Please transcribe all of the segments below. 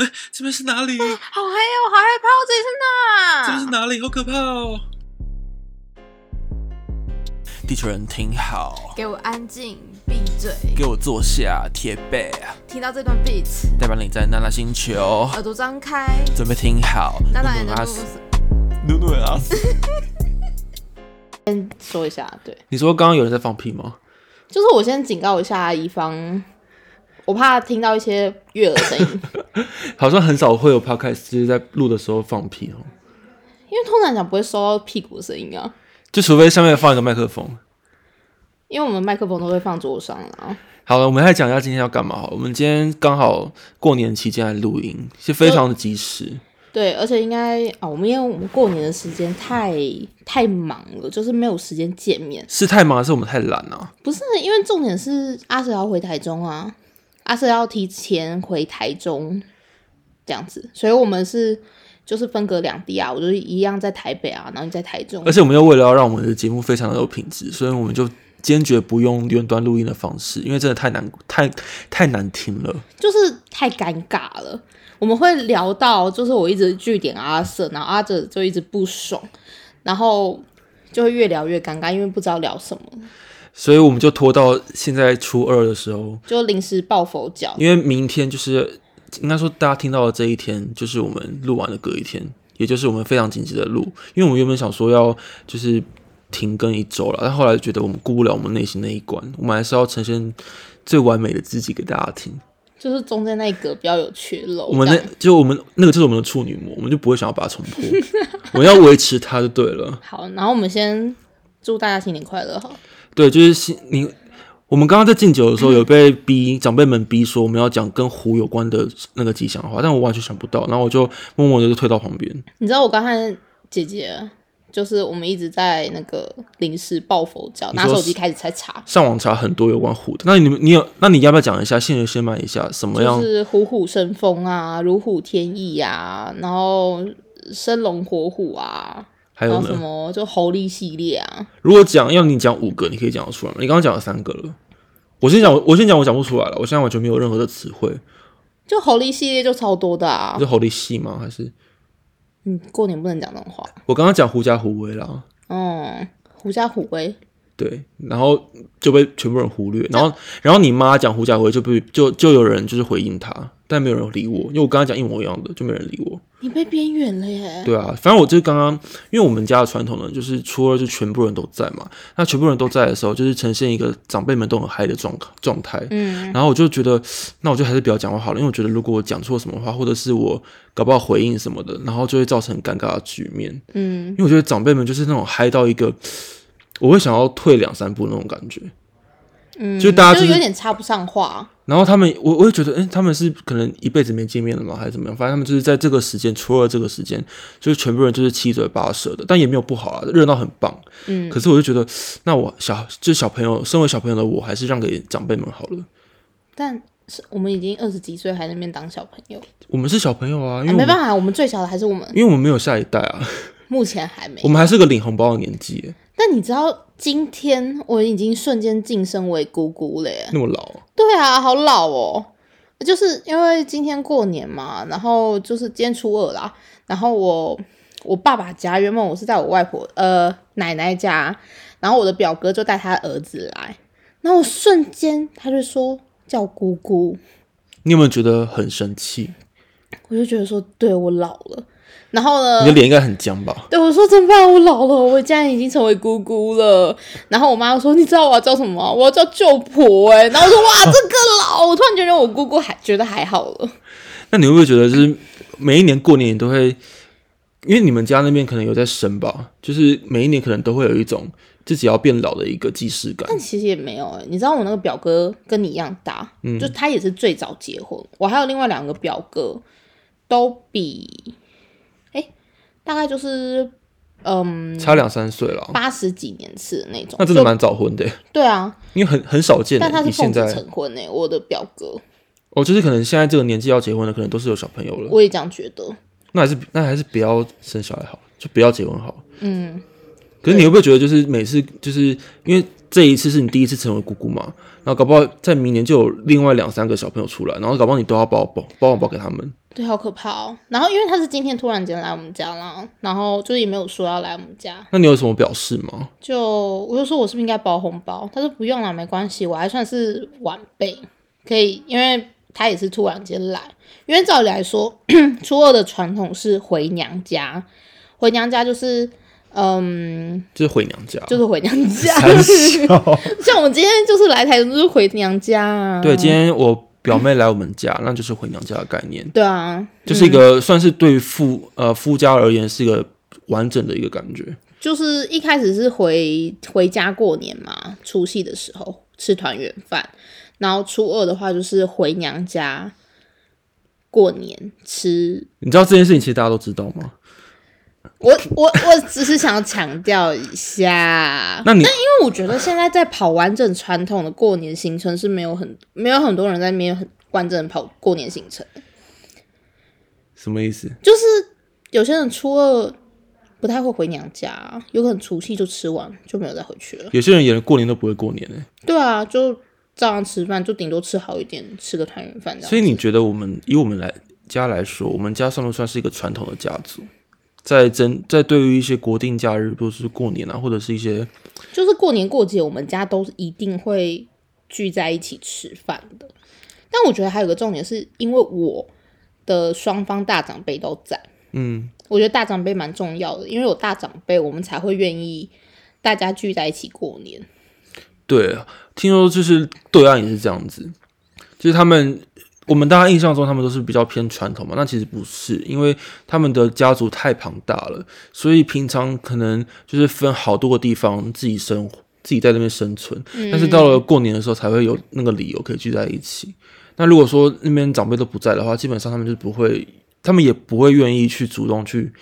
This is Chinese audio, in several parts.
哎，这边是哪里？这好黑哦，好害怕，我这里是哪？边是哪里？好可怕哦！地球人听好，给我安静，闭嘴！给我坐下，铁背，听到这段 beat，代表你在娜娜星球，耳朵张开，准备听好。大大眼的努努阿故斯事。努努阿斯，先说一下，对， 你说刚刚有人在放屁吗？就是我先警告一下，以防我怕听到一些悦耳声音， 好像很少会有 podcast 就是在录的时候放屁哦，因为通常讲不会收到屁股的声音啊，就除非上面放一个麦克风。因为我们麦克风都会放桌上啊啦。好了，我们来讲一下今天要干嘛好了。我们今天刚好过年期间来录音，是非常的及时。对，而且应该啊，我们因为我们过年的时间太太忙了，就是没有时间见面。是太忙，还是我们太懒啊？不是，因为重点是阿蛇要回台中啊，阿蛇要提前回台中，这样子，所以我们是就是分隔两地啊，我就是一样在台北啊，然后你在台中而，且我们又为了要让我们的节目非常的有品质，所以我们就坚决不用远端录音的方式，因为真的太难、太太难听了。就是太尴尬了。我们会聊到，就是我一直据点阿蛇，然后阿蛇就一直不爽，然后就会越聊越尴尬，因为不知道聊什么，所以我们就拖到现在初二的时候，就临时抱佛脚。因为明天就是应该说大家听到的这一天，就是我们录完的隔一天，也就是我们非常紧急的录，因为我们原本想说要就是停更一周了，但后来觉得我们顾不了我们内心那一关，我们还是要呈现最完美的自己给大家听。就是中间那一格比较有缺漏，我们这样那就我们那个就是我们的处女膜，我们就不会想要把它冲破， 我们要维持它就对了。好，然后我们先祝大家新年快乐哈。对，就是新你。我们刚刚在敬酒的时候，有被嗯逼长辈们逼说我们要讲跟虎有关的那个吉祥话，但我完全想不到，然后我就默默的就退到旁边。你知道我刚才姐姐就是我们一直在那个临时抱佛脚，你说拿手机开始在查，上网查很多有关虎的。那你们你有那你要不要讲一下？现人先买一下什么样？就是虎虎生风啊，如虎添翼啊，然后生龙活虎啊，还然有后什呢？么就猴力系列啊，如果讲要你讲五个，你可以讲得出来吗？你刚刚讲了三个了。我先讲，我先讲，我讲不出来了。我现在完全没有任何的词汇。就猴力系列就超多的啊是。猴力系吗？还是嗯，过年不能讲这种话。我刚刚讲狐假虎威啦？嗯，狐假虎威，对，然后就被全部人忽略。然后，然后你妈讲狐假虎威就被就就有人就是回应她，但没有人理我，因为我刚刚讲一模一样的，就没人理我。你被边缘了耶。对啊，反正我就是刚刚，因为我们家的传统呢，就是初二就全部人都在嘛。那全部人都在的时候，就是呈现一个长辈们都很嗨的状状态。嗯，然后我就觉得，那我就还是不要讲话好了，因为我觉得如果我讲错什么话，或者是我搞不好回应什么的，然后就会造成很尴尬的局面。嗯，因为我觉得长辈们就是那种嗨到一个，我会想要退两三步那种感觉。嗯，就大家就就是有点插不上话。然后他们，我我会觉得，哎、他们是可能一辈子没见面了吗，还是怎么样？反正他们就是在这个时间，初二这个时间，就是全部人就是七嘴八舌的，但也没有不好啊，热闹很棒。嗯，可是我就觉得，那我小就是小朋友，身为小朋友的我，还是让给长辈们好了。但是我们已经二十几岁，还在那边当小朋友，我们是小朋友啊，因为啊我们、没办法，我们最小的还是我们，因为我们没有下一代啊，目前还没我。们还是个领红包的年纪耶，但你知道，今天我已经瞬间晋升为姑姑了耶！那么老啊、对啊，好老哦。就是因为今天过年嘛，然后就是今天初二啦，然后我我爸爸家原本我是在我外婆呃奶奶家，然后我的表哥就带他儿子来，然后我瞬间他就说叫姑姑，你有没有觉得很生气？我就觉得说对我老了，然后呢，你的脸应该很僵吧？对，我说怎么办？我老了，我竟然已经成为姑姑了。然后我妈又说：“你知道我要叫什么吗？我要叫舅婆、欸。”哎，然后我 说：“哇，这个老！”我突然觉得我姑姑还觉得还好了。那你会不会觉得，就是每一年过年你都会，因为你们家那边可能有在生吧，就是每一年可能都会有一种自己要变老的一个既视感但。其实也没有、欸，你知道我那个表哥跟你一样大，嗯就他也是最早结婚。我还有另外两个表哥，都比，哎、大概就是嗯差两三岁了，八十几年次的那种。那真的就蛮早婚的，对啊，因为很很少见但他。是你现奉子在成婚呢、欸我的表哥，哦，就是可能现在这个年纪要结婚的，可能都是有小朋友了，我也这样觉得。那还是那还是不要生小孩好，就不要结婚好。嗯。可是你会不会觉得，就是每次就是因为这一次是你第一次成为姑姑嘛，然后搞不好在明年就有另外两三个小朋友出来，然后搞不好你都要包包包红包给他们。对，好可怕哦。然后因为他是今天突然间来我们家啦，然后就是也没有说要来我们家，那你有什么表示吗？就我就说我是不是应该包红包？他说不用了，没关系，我还算是晚辈，可以，因为他也是突然间来。因为照理来说， 初二的传统是回娘家，回娘家就是嗯，就是回娘家，就是回娘家。三小。 像我们今天就是来台中，就是回娘家啊。对，今天我表妹来我们家，那就是回娘家的概念，对啊，就是一个算是对夫呃夫家而言是一个完整的一个感觉。就是一开始是回回家过年嘛，除夕的时候吃团圆饭，然后初二的话就是回娘家过年吃。你知道这件事情其实大家都知道吗？我 我我只是想强调一下，那你因为我觉得现在在跑完整传统的过年行程是没有很没有很多人在面很完整地跑过年行程，什么意思？就是有些人初二不太会回娘家，啊有可能除夕就吃完就没有再回去了。有些人也连过年都不会过年呢、欸对啊，就照样吃饭，就顶多吃好一点，吃个团圆饭这样。所以你觉得我们以我们来家来说，我们家算不算是一个传统的家族？在真在对于一些国定假日，比如说过年啊，或者是一些就是过年过节，我们家都是一定会聚在一起吃饭的。但我觉得还有个重点，是因为我的双方大长辈都在，嗯，我觉得大长辈蛮重要的，因为有大长辈，我们才会愿意大家聚在一起过年。对，听说就是对岸也是这样子，就是他们我们大家印象中他们都是比较偏传统嘛，那其实不是，因为他们的家族太庞大了，所以平常可能就是分好多个地方自己生活，自己在那边生存，但是到了过年的时候才会有那个理由可以聚在一起。那如果说那边长辈都不在的话，基本上他们就不会，他们也不会愿意去主动去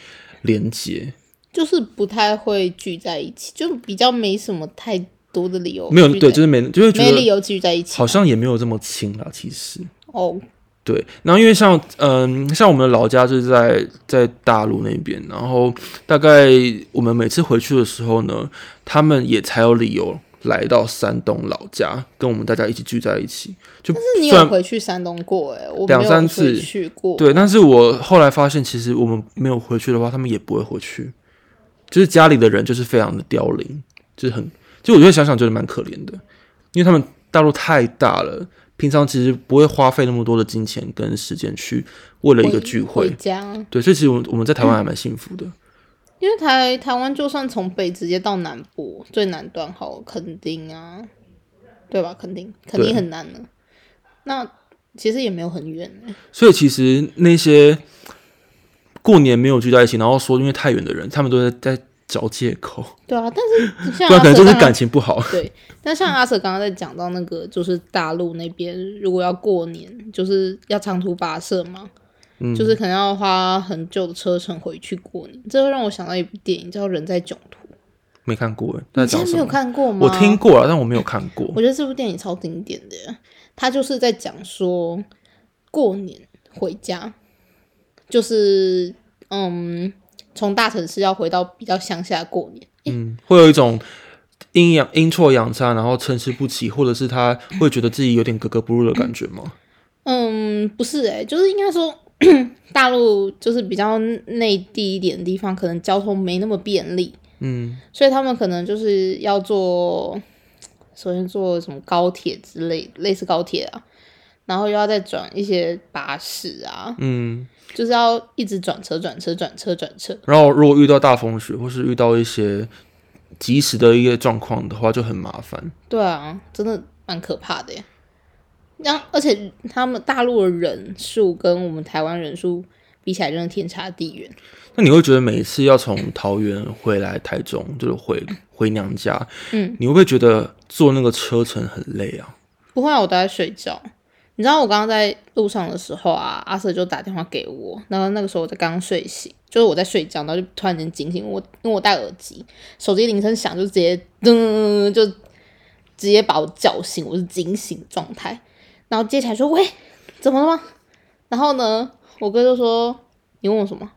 连接，就是不太会聚在一起，就比较没什么太多的理由聚在，没有对，就是没就会觉没理得由聚在一起。好像也没有这么亲啦，其实。哦，对，然后因为像嗯，像我们的老家就是在在大陆那边，然后大概我们每次回去的时候呢，他们也才有理由来到山东老家，跟我们大家一起聚在一起。就但是你虽有然回去山东过哎、我没两有三回次去过。对，但是我后来发现，其实我们没有回去的话，他们也不会回去，就是家里的人就是非常的凋零，就是很，就我觉得想想觉得蛮可怜的，因为他们大陆太大了，平常其实不会花费那么多的金钱跟时间去为了一个聚会回。家，对，所以其实我们我们在台嗯湾还蛮幸福的。因为台台湾就算从北直接到南部最南端好，垦丁啊，对吧？垦丁垦对丁很难呢。那其实也没有很远欸、所以其实那些过年没有聚在一起，然后说因为太远的人，他们都在在找借口，对啊。但 是像不然阿可能舍刚就是刚感情不好。对，啊但像阿舍刚刚在讲到那个，就是大陆那边如果要过年，就是要长途跋涉嘛，嗯就是可能要花很久的车程回去过年，这会让我想到一部电影叫《人在囧途》，没看过，欸那你讲之前什没有么？看过吗？我听过啊了，但我没有看过。我觉得这部电影超经典的耶，它就是在讲说过年回家，就是嗯，从大城市要回到比较乡下过年。嗯，会有一种阴阳阴错阳差，然后参差不齐，或者是他会觉得自己有点格格不入的感觉 吗？嗯，不是诶、就是应该说大陆就是比较内地一点的地方，可能交通没那么便利，嗯，所以他们可能就是要坐，首先坐什么高铁之类，类似高铁啊，然后又要再转一些巴士啊，嗯，就是要一直转车、转车、转车、转车。然后如果遇到大风雪，或是遇到一些及时的一些状况的话，就很麻烦。对啊，真的蛮可怕的耶。然后，而且他们大陆的人数跟我们台湾人数比起来，真的天差地远。那你会觉得每一次要从桃园回来台中，就是回回娘家，嗯，你会不会觉得坐那个车程很累啊？不会啊，我都在睡觉。你知道我刚刚在路上的时候啊，阿 Sir 就打电话给我，然后那个时候我才刚睡醒，就是我在睡觉，然后就突然间惊醒，我因为我戴耳机，手机铃声响就直接噔，就直接把我叫醒，我是惊醒状态，然后接起来说喂，怎么了吗？然后呢，我哥就说你问我什么？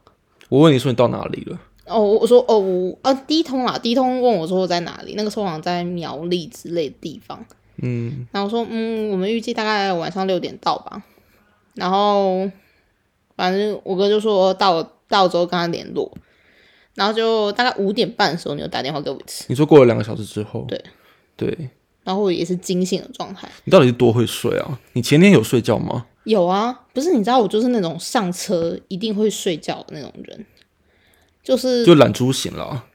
我问你说你到哪里了？哦，我我说哦，我啊，第一通啦，第一通问我说我在哪里，那个时候好像在苗栗之类的地方，嗯，然后我说，嗯，我们预计大概晚上六点到吧。然后反正我哥就说哦到我到之后跟他联络，然后就大概五点半的时候，你就打电话给我一次，你说过了两个小时之后，对，对然后我也是惊醒的状态。你到底是多会睡啊？你前天有睡觉吗？有啊，不是你知道我就是那种上车一定会睡觉的那种人，就是就懒猪醒了啊、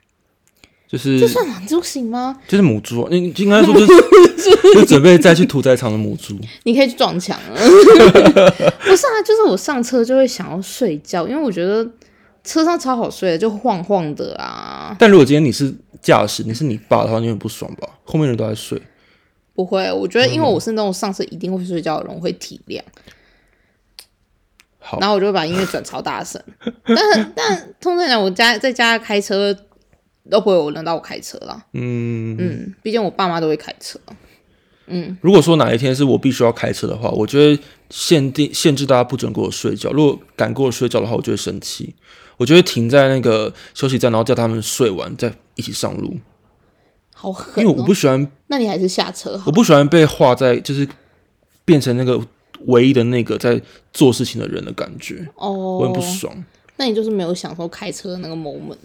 就是这算满足型吗？就是母猪啊，应应该说就是就准备再去屠宰场的母猪。你可以去撞墙 了。不是啊，就是我上车就会想要睡觉，因为我觉得车上超好睡的，就晃晃的啊。但如果今天你是驾驶，你是你爸的话，你很不爽吧？后面人都在睡，不会，我觉得因为我是那种上车一定会睡觉的人，我会体谅。好然后我就会把音乐转超大 声。但但通常来讲，我家在家开车都不会有轮到我开车啦。嗯。嗯，毕竟我爸妈都会开车。如果说哪一天是我必须要开车的话，我就会限定限制大家不准给我睡觉。如果敢给我睡觉的话，我就会生气，我就会停在那个休息站，然后叫他们睡完再一起上路。好因狠、为哦！我不喜欢，那你还是下车好我。不喜欢被画在就是变成那个唯一的那个在做事情的人的感觉，我哦很不，爽。那你就是没有享受开车的那个 moment。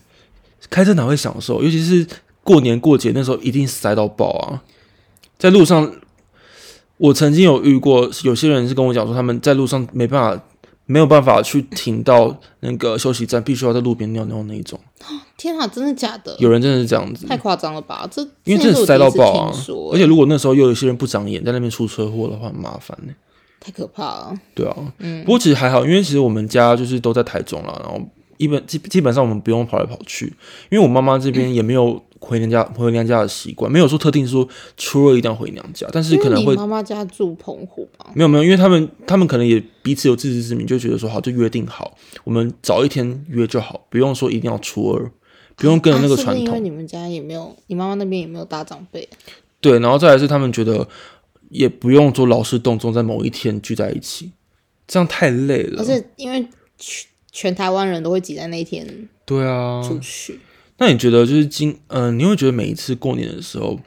开车哪会享受？尤其是过年过节那时候，一定塞到爆啊！在路上，我曾经有遇过，有些人是跟我讲说，他们在路上没办法，没有办法去停到那个休息站，必须要在路边尿尿那一种。天啊，真的假的？有人真的是这样子，太夸张了吧？这因为这真也是的我塞第到一次爆啊听！说哎而且如果那时候又有一些人不长眼，在那边出车祸的话，很麻烦呢、太可怕了。对啊，嗯不过其实还好，因为其实我们家就是都在台中啦，然后一本基基本上我们不用跑来跑去，因为我妈妈这边也没有回娘家、回娘家的习惯，没有说特定说初二一定要回娘家，但是可能因为会你妈妈家住澎湖吧？没有没有，因为他们他们可能也彼此有自知之明，就觉得说好就约定好，我们早一天约就好，不用说一定要初二，不用跟着那个啊是不传是因为统。你们家也没有，你妈妈那边也没有大长辈。对，然后再来是他们觉得也不用说劳师动众，在某一天聚在一起，这样太累了而。且因为全全台湾人都会挤在那一天对啊，出去，那你觉得就是今嗯、你会觉得每一次过年的时候，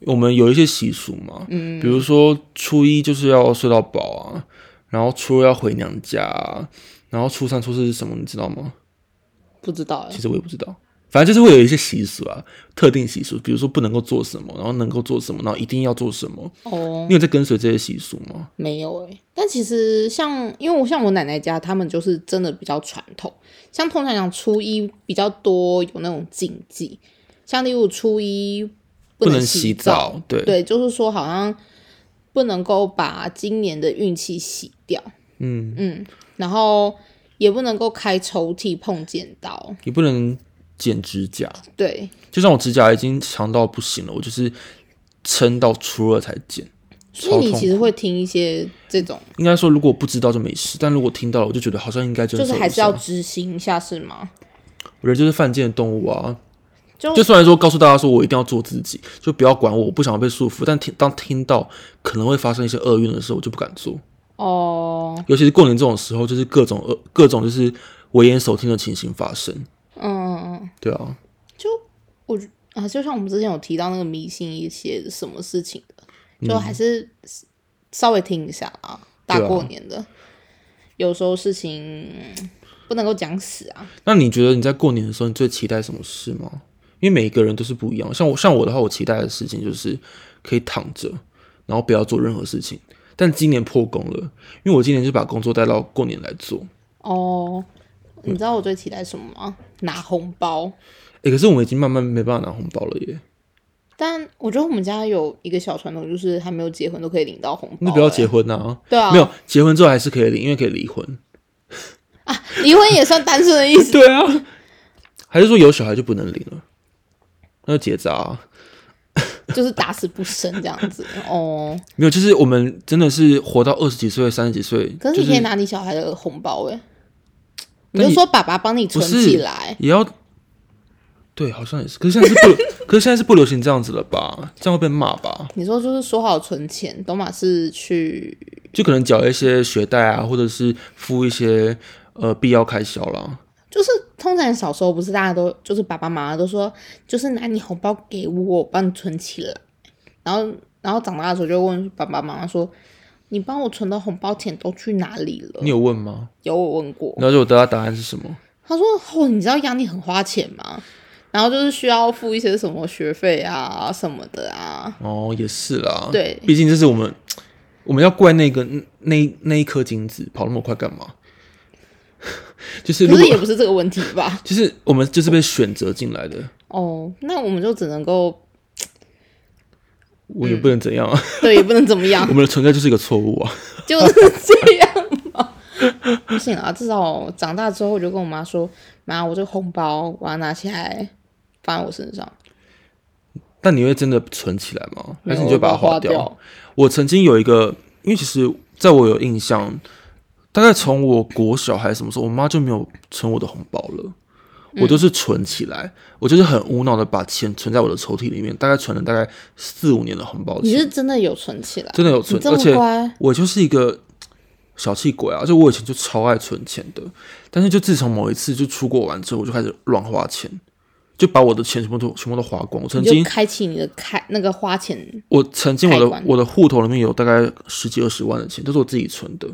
我们有一些习俗嘛，嗯，比如说初一就是要睡到饱啊，然后初二要回娘家啊、然后初三、初四是什么，你知道吗？不知道哎、其实我也不知道，反正就是会有一些习俗啊，特定习俗，比如说不能够做什么，然后能够做什么，然后一定要做什么。哦，你有在跟随这些习俗吗？没有哎、但其实像因为我像我奶奶家，他们就是真的比较传统，像通常讲初一比较多有那种禁忌，像例如初一不能洗洗澡，对，对，就是说好像不能够把今年的运气洗掉，嗯，嗯，然后也不能够开抽屉碰剪刀，你不能剪指甲，对，就像我指甲已经长到不行了，我就是撑到初二才剪，所以超你痛其实会听一些这种，应该说，如果不知道就没事，但如果听到了，我就觉得好像应该真的就是有还是要事啊执行一下是吗？人就是犯贱的动物啊。就就虽然说告诉大家说我一定要做自己，就不要管我，我不想要被束缚，但听当听到可能会发生一些厄运的时候，我就不敢做。哦，尤其是过年这种时候，就是各种恶各种就是危言耸听的情形发生。嗯，对啊，我啊，就像我们之前有提到那个迷信一些什么事情的，就还是稍微听一下啊，大嗯对啊过年的，有时候事情嗯不能够讲死啊，那你觉得你在过年的时候，你最期待什么事吗？因为每一个人都是不一样。像我，像我的话，我期待的事情就是可以躺着，然后不要做任何事情。但今年破功了，因为我今年就把工作带到过年来做。哦，你知道我最期待什么吗？拿红包。诶，可是我们已经慢慢没办法拿红包了耶。但我觉得我们家有一个小传统，就是还没有结婚都可以领到红包、那不要结欸，婚啊！对啊，没有结婚之后还是可以领，因为可以离婚。欸离婚也算单身的意思。对啊， 还是说有小孩就不能领了？那就结扎啊、就是打死不生这样子哦。没有，就是我们真的是活到二十几岁、三十几岁，可是就你可以是拿你小孩的红包哎、你但就你说爸爸帮你存不是起来，也要对，好像也是。可是现在是不， 可是现在是不流行这样子了吧？这样会被骂吧？你说就是说好存钱，懂吗？是去就可能缴一些学贷啊，或者是付一些呃必要开销啦。就是通常小时候不是大家都就是爸爸妈妈都说，就是拿你红包给我，我帮你存起来。然后然后长大的时候就问爸爸妈妈说，你帮我存的红包钱都去哪里了你？有问吗？有我问过，然后就我得到答案是什么？他说：“哦，你知道压力很花钱吗？然后就是需要付一些什么学费啊什么的啊。哦，也是啦，对毕竟这是我们，我们要怪那个那那一颗金子跑那么快干嘛？ 就是如可果是也不是这个问题吧？就是我们就是被选择进来的，哦，那我们就只能够嗯我也不能怎样啊， 对，也不能怎么样我，们的存在就是一个错误啊。就是这样嘛。 不行啊，至少长大之后，我就跟我妈说：‘妈，我这个红包我要拿起来放在我身上。但你会真的存起来吗？还是你没有就把它我把它花花掉我曾经有一个，因为其实在我有印象，大概从我国小还是什么时候，我妈就没有存我的红包了。嗯我都是存起来，我就是很无脑的把钱存在我的抽屉里面，大概存了大概四五年的红包你钱，是真的有存起来？真的有你存，这而么且乖，我就是一个小气鬼啊，就我以前就超爱存钱的，但是就自从某一次就出国玩之后，我就开始乱花钱，就把我的钱全部都全部都花光。我曾你经就开启你的开那个花钱，我曾经我开的关我的户头里面有大概十几二十万的钱，都是我自己存的，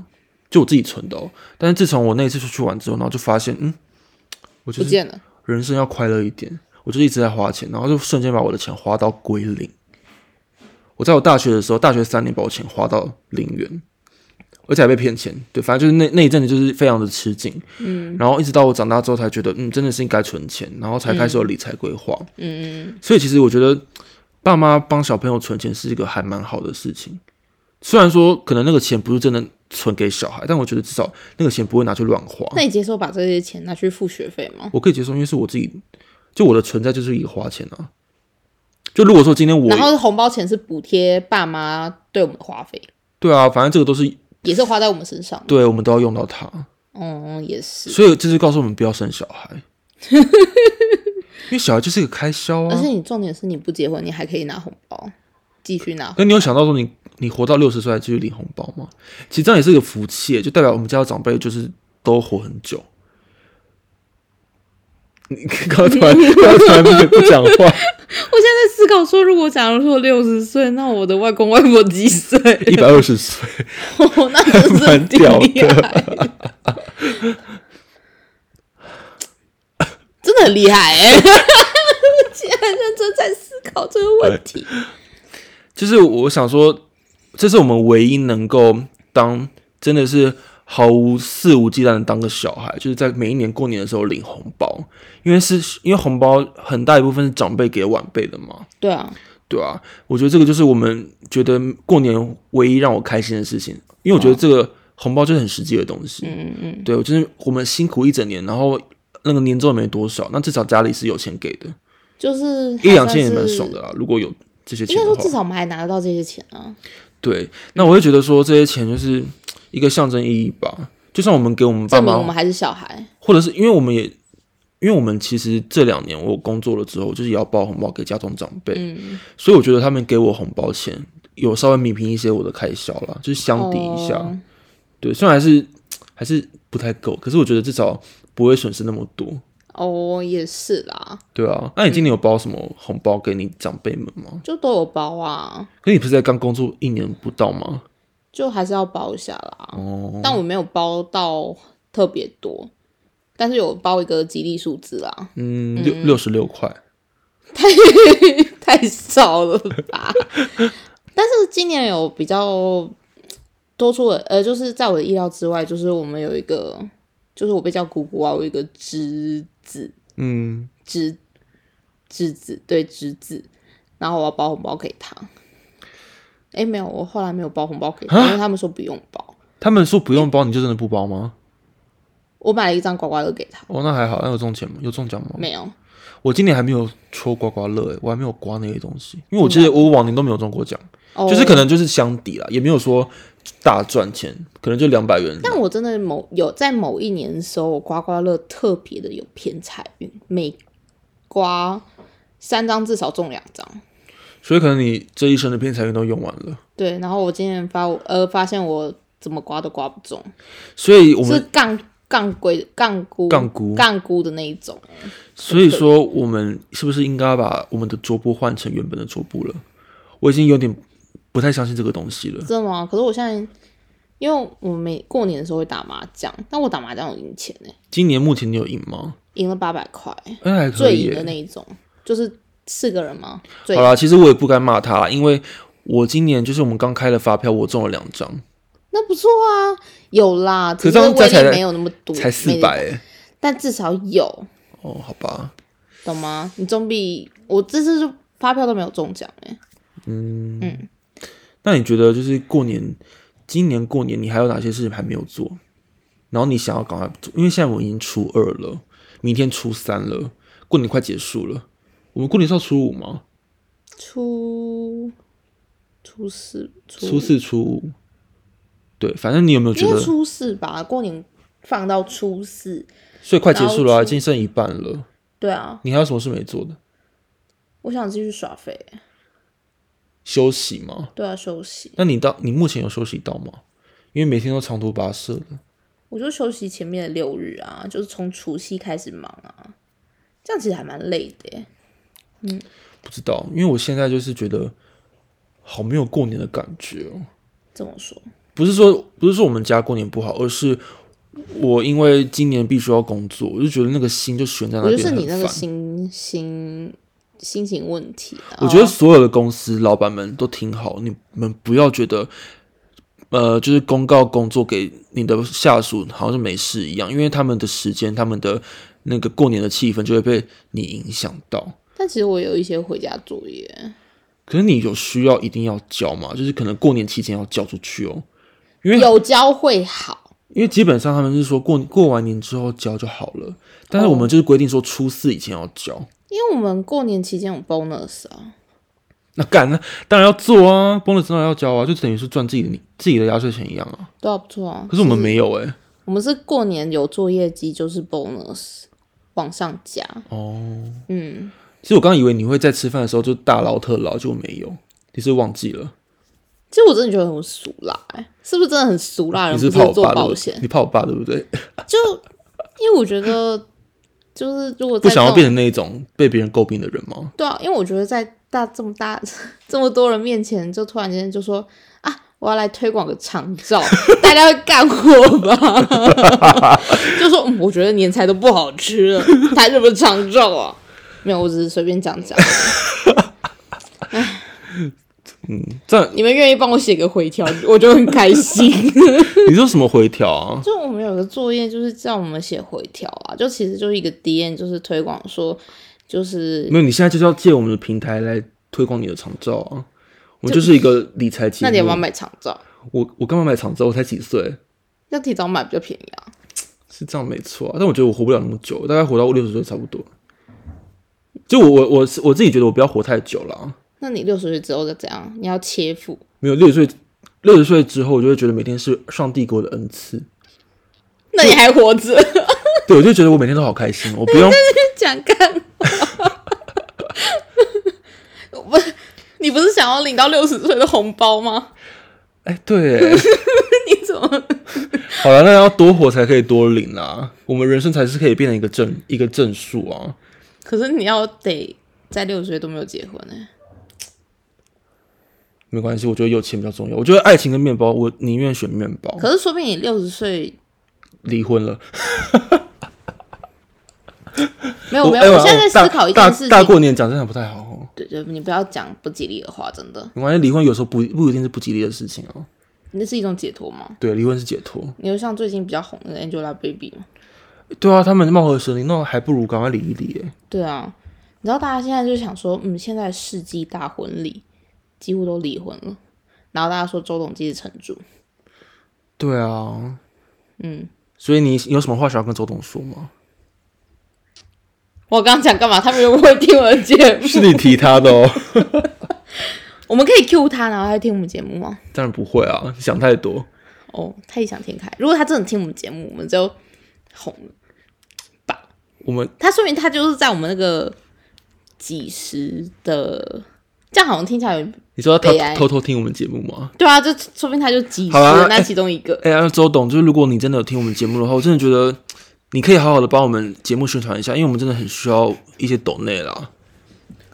就我自己存的、哦。但是自从我那一次出去玩之后，然后就发现，嗯，我就是哦不见了。人生要快乐一点，我就一直在花钱，然后就瞬间把我的钱花到归零。我在我大学的时候，大学三年把我钱花到零元，而且还被骗钱。对，反正就是那那一阵子就是非常的吃紧，嗯，然后一直到我长大之后才觉得，嗯，真的是应该存钱，然后才开始有理财规划。嗯，所以其实我觉得爸妈帮小朋友存钱是一个还蛮好的事情。虽然说可能那个钱不是真的存给小孩，但我觉得至少那个钱不会拿去乱花。那你接受把这些钱拿去付学费吗？我可以接受，因为是我自己，就我的存在就是一个花钱啊。就如果说今天然我后红包钱是补贴爸妈对我们的花费，对啊，反正这个都是也是花在我们身上。对，我们都要用到它，嗯，也是。所以这是告诉我们不要生小孩，因为小孩就是一个开销而啊且。你重点是你不结婚，你还可以拿红包，继续拿。那你有想到说你你活到六十岁还继续领红包吗？其实这样也是一个福气耶，就代表我们家的长辈就是都活很久。你 刚刚突然，刚刚突然不不讲话，我现在在思考说，如果假如说六十岁，那我的外公外婆几岁？ 一百二十岁，哦，那真是蛮很屌的厉害， 真的很厉害哎、欸！ 竟然认真在思考这个问题，就是我想说，这是我们唯一能够当真的是毫无肆无忌惮的当个小孩，就是在每一年过年的时候领红包，因为是因为红包很大一部分是长辈给晚辈的嘛，对啊，对啊，我觉得这个就是我们觉得过年唯一让我开心的事情，因为我觉得这个红包就是很实际的东西。嗯嗯，对，我就是我们辛苦一整年，然后那个年终也没多少，那至少家里是有钱给的，就是一两还算千也蛮是爽的啦。如果有这些应钱该的说至话，少我们还拿得到这些钱啊。对，那我会觉得说这些钱就是嘖一个象征意义吧，就像我们给我们爸证明我们妈，还是小孩，或者是因为我们也。因为我们其实这两年我工作了之后，就是也要包红包给家中长辈，嗯，所以我觉得他们给我红包钱有稍微弥平一些我的开销啦，就是相抵一下。哦对，虽然还是还是不太够，可是我觉得至少不会损失那么多。哦，也是啦，对啊，那你今年有包什么红包给你长辈们吗？就都有包啊，可你不是在刚工作一年不到吗？就还是要包一下啦。哦，但我没有包到特别多，但是有包一个吉利数字啦，嗯，六六十六块，太 少了吧？ 但是今年有比较多出的，呃，就是在我的意料之外，就是我们有一个，就是我被叫姑姑啊，我有一个侄子，嗯，侄侄子，对侄子，然后我要包红包给他。哎，没有，我后来没有包红包给啊他，因为他们说不用包。他们说不用包，你就真的不包吗？我买了一张刮刮乐给他，哦，那还好，那有中钱吗？有中奖吗？没有。我今年还没有抽刮刮乐，哎，我还没有刮那些东西，因为我记得我往年都没有中过奖。哦、就是可能就是相抵啦，也没有说大赚钱，可能就两百元。但我真的某有在某一年的时候，我刮刮乐特别的有偏财运，每刮三张至少中两张。所以可能你这一生的偏财运都用完了。对，然后我今天发我呃发现我怎么刮都刮不中，所以我是们，杠杠龟杠菇杠菇杠菇的那一种。所以说我们是不是应该把我们的桌布换成原本的桌布了？我已经有点不太相信这个东西了。真的吗？可是我现在，因为我每过年的时候会打麻将，但我打麻将有赢钱呢、今年目前你有赢吗？赢了八百块，哎、还可最以、赢的耶。那一种，就是四个人吗？最好啦，其实我也不该骂他啦，因为我今年就是我们刚开了发票，我中了两张，那不错啊，有啦，可只这样威加起力来没有那么多，才没四那么百、哎多，但至少有，哦，好吧，懂吗？你总比我这次就发票都没有中奖哎、那你觉得就是过年，今年过年你还有哪些事情还没有做？然后你想要赶快做，因为现在我已经初二了，明天初三了，过年快结束了。我们过年是要初五吗？初初四，初初四、初五，对，反正你有没有觉应该得？初四吧，过年放到初四，所以快结束了、然啊，后初已经剩一半了。对啊，你还有什么事没做的？我想继续耍废欸、休息吗？对啊，休息，那你到你目前有休息到吗？因为每天都长途跋涉的，我就休息前面的六日啊，就是从除夕开始忙啊，这样其实还蛮累的欸、不知道。因为我现在就是觉得好没有过年的感觉哦。这么说，不是说不是说我们家过年不好，而是我因为今年必须要工作，我就觉得那个心就悬在那我边，就是你那很个烦哦心心心情问题啊。我觉得所有的公司老板们都挺好，你们不要觉得，呃，就是公告工作给你的下属好像是没事一样，因为他们的时间、他们的那个过年的气氛就会被你影响到。但其实我有一些回家作业，可是你有需要一定要交吗？就是可能过年期间要交出去哦，因为有教会好，因为基本上他们是说过过完年之后交就好了，但是我们就是规定说初四以前要交。因为我们过年期间有 bonus 啊，那干那当然要做啊，崩了当然要交啊，就等于是赚自己的自己的压岁钱一样啊。对啊，不错啊。可是我们没有哎、我们是过年有作业机，就是 bonus 往上加。哦，嗯，其实我刚刚以为你会在吃饭的时候就大捞特捞，就没有，你是忘记了，其实我真的觉得很俗辣、欸，是不是真的很俗你辣？人是哎不怕我做爸对保不险对？，你怕我爸对不对？就因为我觉得，就是如果在不想要这变成种那种被别人诟病的人吗？对啊，因为我觉得在大这么大 这么多人面前，就突然间就说啊，我要来推广个长照， 大家会干我吧？ 就说、嗯我觉得年菜都不好吃了，谈什么长照啊？没有，我只是随便讲讲。这样你们愿意帮我写个回条，我就很开心。 你说什么回调啊？就我们有个作业，就是叫我们写回条啊，就其实就是一个 D N，就是推广说，就是没有，你现在就是要借我们的平台来推广你的长照啊。我们就是一个理财节那你要不要目。买长照？我我干嘛买长照？我才几岁，要提早买比较便宜啊。是这样没错啊。但我觉得我活不了那么久，大概活到六十岁差不多。就我我我我自己觉得我不要活太久了啊。那你六十岁之后再怎样？你要切腹？没有六十岁，六十岁之后，我就会觉得每天是上帝给我的恩赐。那你还活着？对，我就觉得我每天都好开心，哦我不用 讲干话？ 我不，你不是想要领到六十岁的红包吗？哎，对耶， 你怎么？好了，那要多活才可以多领啊。我们人生才是可以变成一个正一个正数啊。可是你要得在六十岁都没有结婚欸呢、没关系，我觉得有钱比较重要。我觉得爱情跟面包，我宁愿选面包。可是说不定你六十岁离婚了，没有我哦没哎有，我哇现在在大思考一大件事大情。过年讲真的不太好哦。对对，你不要讲不吉利的话，真的，没关系，离婚有时候不不一定是不吉利的事情哦。那是一种解脱吗？对，离婚是解脱。你有像最近比较红的 Angelababy 吗？对啊，他们貌合神离，那还不如赶快离一离。哎对啊，你知道大家现在就想说，嗯，现在世纪大婚礼几乎都离婚了，然后大家说周董基是城主，对啊，嗯，所以你有什么话想要跟周董说 吗？我刚刚讲干嘛？他们又不会听我的节目，是你提他的哦。我们可以 Q 他，然后他听我们节目吗？ 当然不会啊，你想太多。哦，他异想天开。如果他真的听我们节目，我们就红了。我们他说明他就是在我们那个几十的，这样好像听起来有点你说他悲哀偷偷听我们节目吗？对啊，就说明他就几十好啊的那其中一个。哎呀，周董，就是如果你真的有听我们节目的话，我真的觉得你可以好好的帮我们节目宣传一下，因为我们真的很需要一些抖内啦。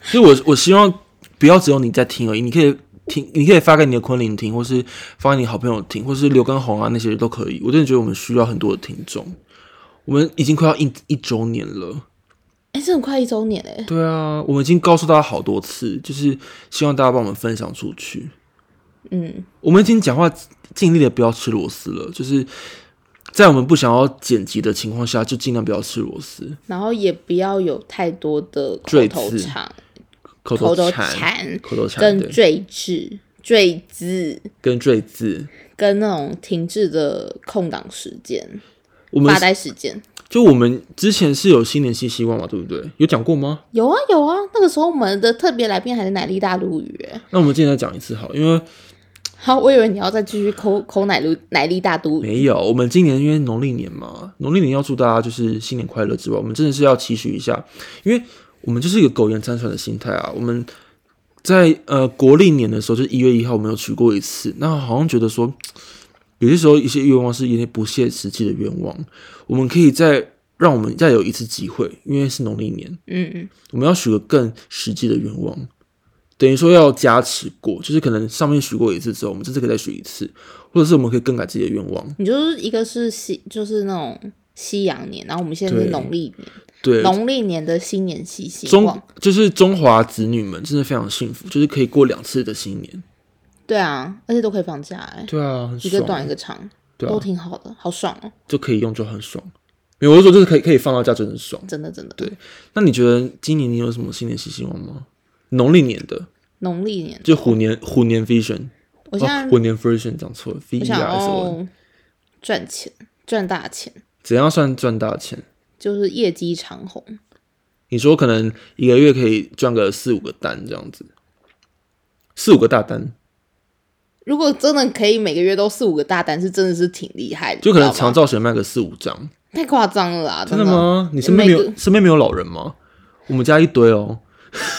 所以我我希望不要只有你在听而已，你可以听，你可以发给你的昆凌听，或是发给你好朋友听，或是刘根红啊那些都可以。我真的觉得我们需要很多的听众，我们已经快要一一周年了。哎、这很快一周年嘞、对啊，我们已经告诉大家好多次，就是希望大家帮我们分享出去。嗯，我们已经讲话尽力的不要吃螺丝了，就是在我们不想要剪辑的情况下，就尽量不要吃螺丝，然后也不要有太多的口赘头字禅、口口头禅、禅口头禅跟对赘字、赘字跟赘字。跟那种停滞的空档时间、我们发呆时间。就我们之前是有新年新希望嘛，对不对？有讲过吗？有啊有啊，那个时候我们的特别来宾还是奶绿大陆语欸。那我们今天再讲一次好了，因为好，我以为你要再继续抠抠奶绿奶绿大都语。没有，我们今年因为农历年嘛，农历年要祝大家就是新年快乐之外，我们真的是要期许一下，因为我们就是一个苟延残喘的心态啊。我们在呃国历年的时候，就是一月一号，我们有取过一次，那好像觉得说，有些时候一些愿望是有点不切实际的愿望，我们可以再让我们再有一次机会，因为是农历年，嗯嗯，我们要许个更实际的愿望，等于说要加持过，就是可能上面许过一次之后，我们这次可以再许一次，或者是我们可以更改自己的愿望。你就是一个是西，就是那种西洋年，然后我们现在是对农历年，对，农历年的新年期希中望。就是中华子女们真的非常幸福，就是可以过两次的新年。对啊，而且都可以放假哎、对啊，很一个爽，短一个长，对啊都挺好的，好爽哦，就可以用就很爽。没有，我是说就是可以可以放到假，真的很爽。真的真的。对那你觉得今年你有什么新年新希望吗？农历年的，农历年，就虎年虎年 vision，我现在哦，虎年 vision 讲错了，v e 我 r 想哦 s o 要赚钱，赚大钱，怎样算赚大钱？就是业绩长虹。你说可能一个月可以赚个四五个单这样子，四五个大单，如果真的可以每个月都四五个大单，是真的是挺厉害的，就可能你知道长吗照险卖个四五张，太夸张了啦，真的的？吗？你身边没每有身边没有老人吗？我们家一堆哦，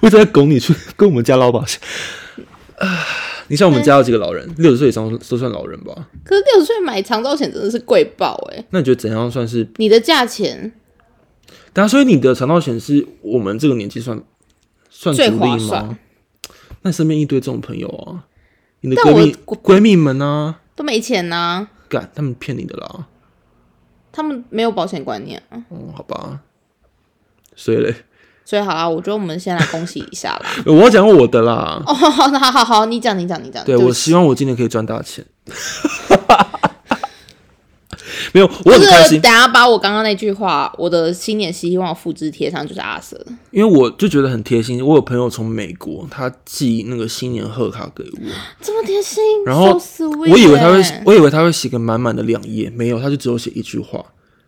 我一直在拱你去 跟我们家老板。啊，你像我们家有几个老人，六十岁以上都算老人吧？可是六十岁买长照险真的是贵爆哎、那你觉得怎样算是？你的价钱但所以你的肠道险是我们这个年纪算算最独划立吗算？那你身边一堆这种朋友啊，你的但闺我蜜闺蜜们啊，都没钱呐、干，他们骗你的啦。他们没有保险观念啊。嗯，好吧。所以嘞，所以好啦，我觉得我们先来恭喜一下 啦。我要讲我的啦。哦，好好好好好，你讲你讲你讲。对不我起希望我今年可以赚大钱。没有，我不很是啊开心，等下把我刚刚那句话，我的新年希望复制贴上，就是阿 Sir。因为我就觉得很贴心。我有朋友从美国，他寄那个新年贺卡给我，这么贴心，然后 so、欸我以为他会，我以为他会写个满满的两页，没有，他就只有写一句话，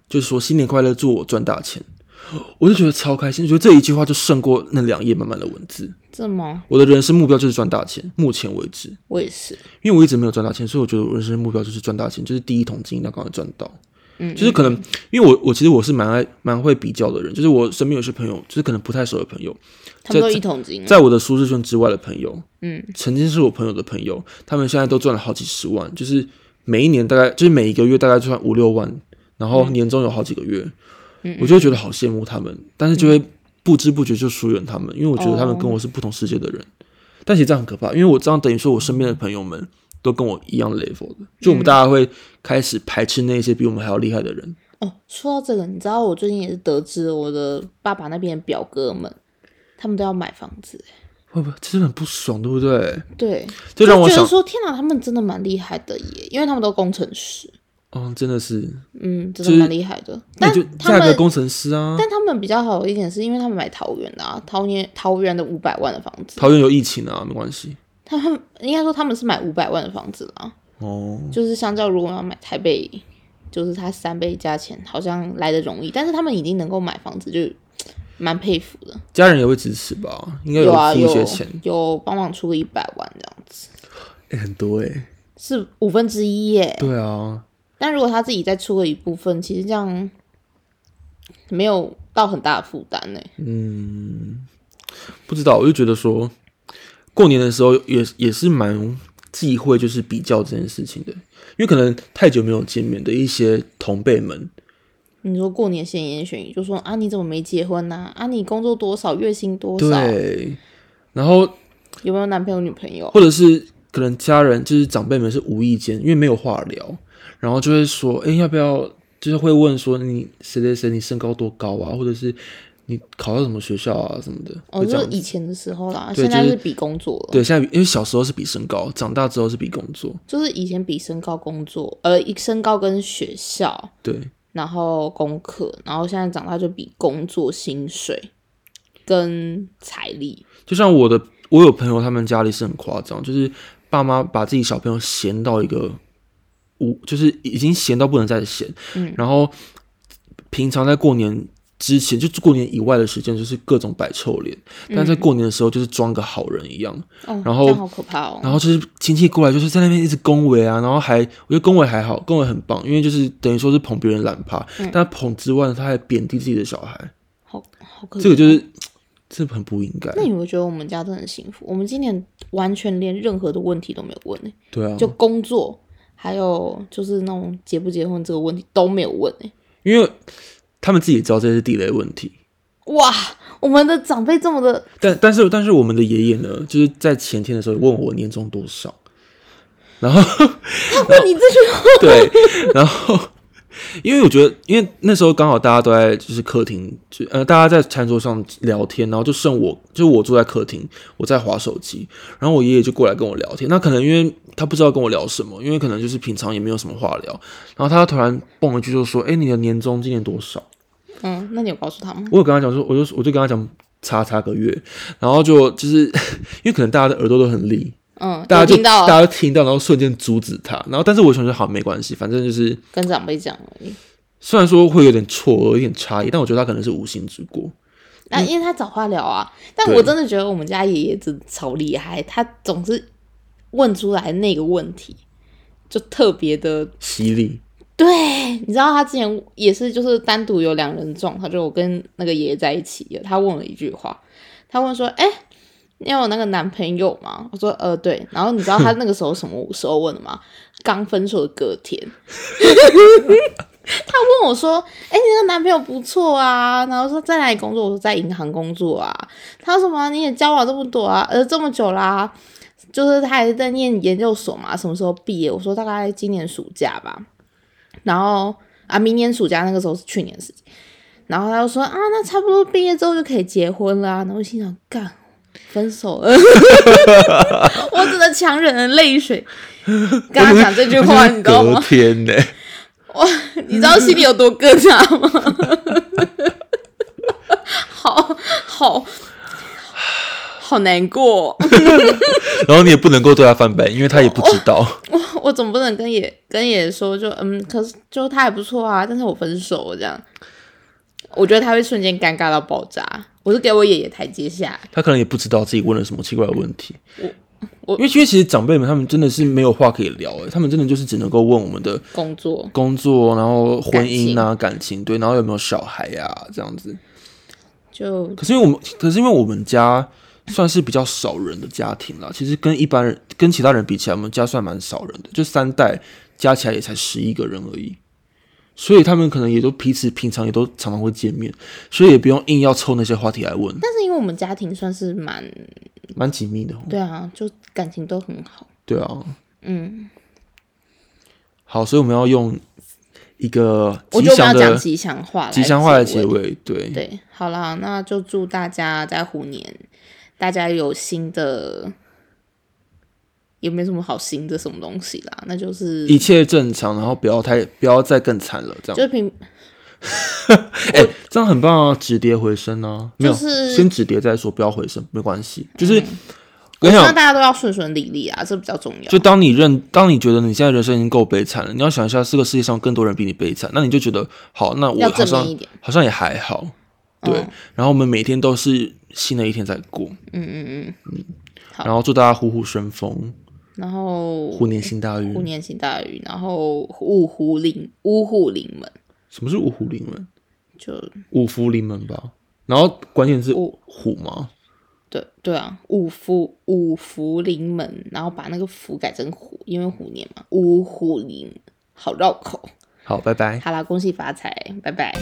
就是说新年快乐，祝我赚大钱。我就觉得超开心，觉得这一句话就胜过那两页满满的文字。这么我的人生目标就是赚大钱，目前为止。我也是，因为我一直没有赚大钱，所以我觉得我人生目标就是赚大钱，就是第一桶金一定要赶快赚到。嗯就是可能因为我我其实我是蛮爱蛮会比较的人，就是我身边有些朋友，就是可能不太熟的朋友，他们这都一桶金啊，嗯在我的舒适圈之外的朋友，嗯，曾经是我朋友的朋友，他们现在都赚了好几十万，就是每一年大概就是每一个月大概赚五六万，然嗯后年终有好几个月，我就会觉得好羡慕他们，但是就嗯会不知不觉就疏远他们，因为我觉得他们跟我是不同世界的人。哦但其实这样很可怕，因为我这样等于说我身边的朋友们都跟我一样 level 的，就我们大家会开始排斥那些比我们还要厉害的人。哦，说到这个，你知道我最近也是得知我的爸爸那边的表哥们，他们都要买房子欸，会不会这是很不爽，对不对？对，这让我觉得想，说天哪，他们真的蛮厉害的耶，因为他们都工程师，嗯，真的是，嗯，就真的是蛮厉害的。那但你就他嫁给们，工程师啊。但他们比较好的一点是因为他们买桃园的啊，桃园桃园的五百万的房子，桃园有疫情啊，没关系。他们应该说他们是买五百万的房子啦，哦，就是相较如果要买台北，就是它三倍价钱好像来的容易，但是他们已经能够买房子，就蛮佩服的。家人也会支持吧？应该啊，付一有些钱，有帮忙出个一百万这样子，诶很多哎、是五分之一耶。对啊，但如果他自己再出了一部分，其实这样没有到很大的负担欸呢。不知道，我就觉得说，过年的时候也也是蛮忌讳就是比较这件事情的，因为可能太久没有见面的一些同辈们，你说过年闲言闲语，就说啊啊你怎么没结婚呐、啊？你工作多少，月薪多少？对，然后有没有男朋友女朋友？或者是可能家人就是长辈们是无意间，因为没有话聊，然后就会说，哎、要不要？就是会问说你谁谁谁，你身高多高啊？或者是你考到什么学校啊什么的。哦，会这就样是以前的时候啦，对现在就是是比工作了，对，现在比因为小时候是比身高，长大之后是比工作。就是以前比身高工作，呃，一身高跟学校，对，然后功课，然后现在长大就比工作、薪水跟财力。就像我的，我有朋友他们家里是很夸张，就是爸妈把自己小朋友闲到一个无，就是已经闲到不能再闲。嗯然后平常在过年之前，就过年以外的时间，就是各种摆臭脸，嗯但在过年的时候就是装个好人一样。哦，然后这样好可怕哦。然后就是亲戚过来，就是在那边一直恭维啊，然后还我觉得恭维还好，恭维很棒，因为就是等于说是捧别人懒趴，嗯但捧之外，他还贬低自己的小孩，好好可怜。哦这个就是这很不应该嗯那。你会觉得我们家真的很幸福？我们今年完全连任何的问题都没有问、欸，对啊，就工作，还有就是那种结不结婚这个问题都没有问、欸，因为他们自己也知道这是地雷问题，哇，我们的长辈这么的，但但是但是我们的爷爷呢，就是在前天的时候问我年终多少，然后问你这 句话，对，然后因为我觉得，因为那时候刚好大家都在就是客厅，就呃大家在餐桌上聊天，然后就剩我，就我坐在客厅，我在划手机，然后我爷爷就过来跟我聊天。那可能因为他不知道跟我聊什么，因为可能就是平常也没有什么话聊，然后他突然蹦了一句就说：“哎、你的年终今年多少？”嗯，那你有告诉他吗？我有跟他讲说，我就我就跟他讲叉叉个月，然后就就是因为可能大家的耳朵都很利，嗯，大家有就听到大家都听到，然后瞬间阻止他，然后但是我想说好没关系，反正就是。跟长辈讲而已。虽然说会有点错愕，有点差异，但我觉得他可能是无心之过。那、因为他找话聊啊，但嗯对我真的觉得我们家爷爷真的超厉害，他总是问出来那个问题，就特别的犀利，对，你知道他之前也是就是单独有两人撞，他就我跟那个爷爷在一起了，他问了一句话，他问说：“哎、你有那个男朋友吗？”我说：“呃，对。”然后你知道他那个时候什么时候问的吗？刚分手的隔天，他问我说：“哎、你那个男朋友不错啊。”然后说在哪里工作？我说在银行工作啊。他说什么？你也交往这么多啊，呃，这么久啦、就是他还在念研究所嘛，什么时候毕业？我说大概今年暑假吧。然后啊，明年暑假那个时候是去年的事情。然后他就说啊，那差不多毕业之后就可以结婚了、啊。然后我心想，干，分手了， 我只能强忍了泪水跟他讲这句 话，你知道吗隔？天呢、你知道心里有多疙瘩 吗？好好好难过 哦、然后你也不能够对他翻白眼，因为他也不知道。哦我总不能跟爷跟爷爷说就嗯，可是就他还不错啊，但是我分手了这样，我觉得他会瞬间尴尬到爆炸。我是给我爷爷台阶下，他可能也不知道自己问了什么奇怪的问题。我我因为因为其实长辈们他们真的是没有话可以聊、欸，他们真的就是只能够问我们的工作工作，然后婚姻啊、感情对，然后有没有小孩呀、这样子。就可是因为我们，可是因为我们家算是比较少人的家庭啦，其实跟一般人跟其他人比起来，我们家算蛮少人的，就三代加起来也才十一个人而已。所以他们可能也都彼此平常也都常常会见面，所以也不用硬要凑那些话题来问，但是因为我们家庭算是蛮蛮紧密的哦。对啊，就感情都很好，对啊，嗯，好，所以我们要用一个我吉就不要祥讲的吉祥话，吉祥话来的结。尾。对，对，好啦，那就祝大家在虎年，大家有新的，也没什么好新的什么东西啦，那就是一切正常，然后不要太不要再更惨了，这样就平哎、这样很棒啊，止跌回升啊，没有，就是先止跌再说，不要回升，没关系。就是、我我跟你希望讲，大家都要顺顺利利啊，这比较重要。就当你认，当你觉得你现在人生已经够悲惨了，你要想一下，这个世界上更多人比你悲惨，那你就觉得好，那我要好正面一像点好像也还好，对。然后我们每天都是新的一天在过，好然后祝大家虎虎生风，然后虎年行大虎运。年行大运，然后五虎临五虎临门，什么是五虎临门？就五福临门吧。然后关键是五虎吗？对对啊，五福五福临门，然后把那个福改成虎，因为虎年嘛，五虎临，好绕口。好，拜拜。好啦，恭喜发财，拜拜。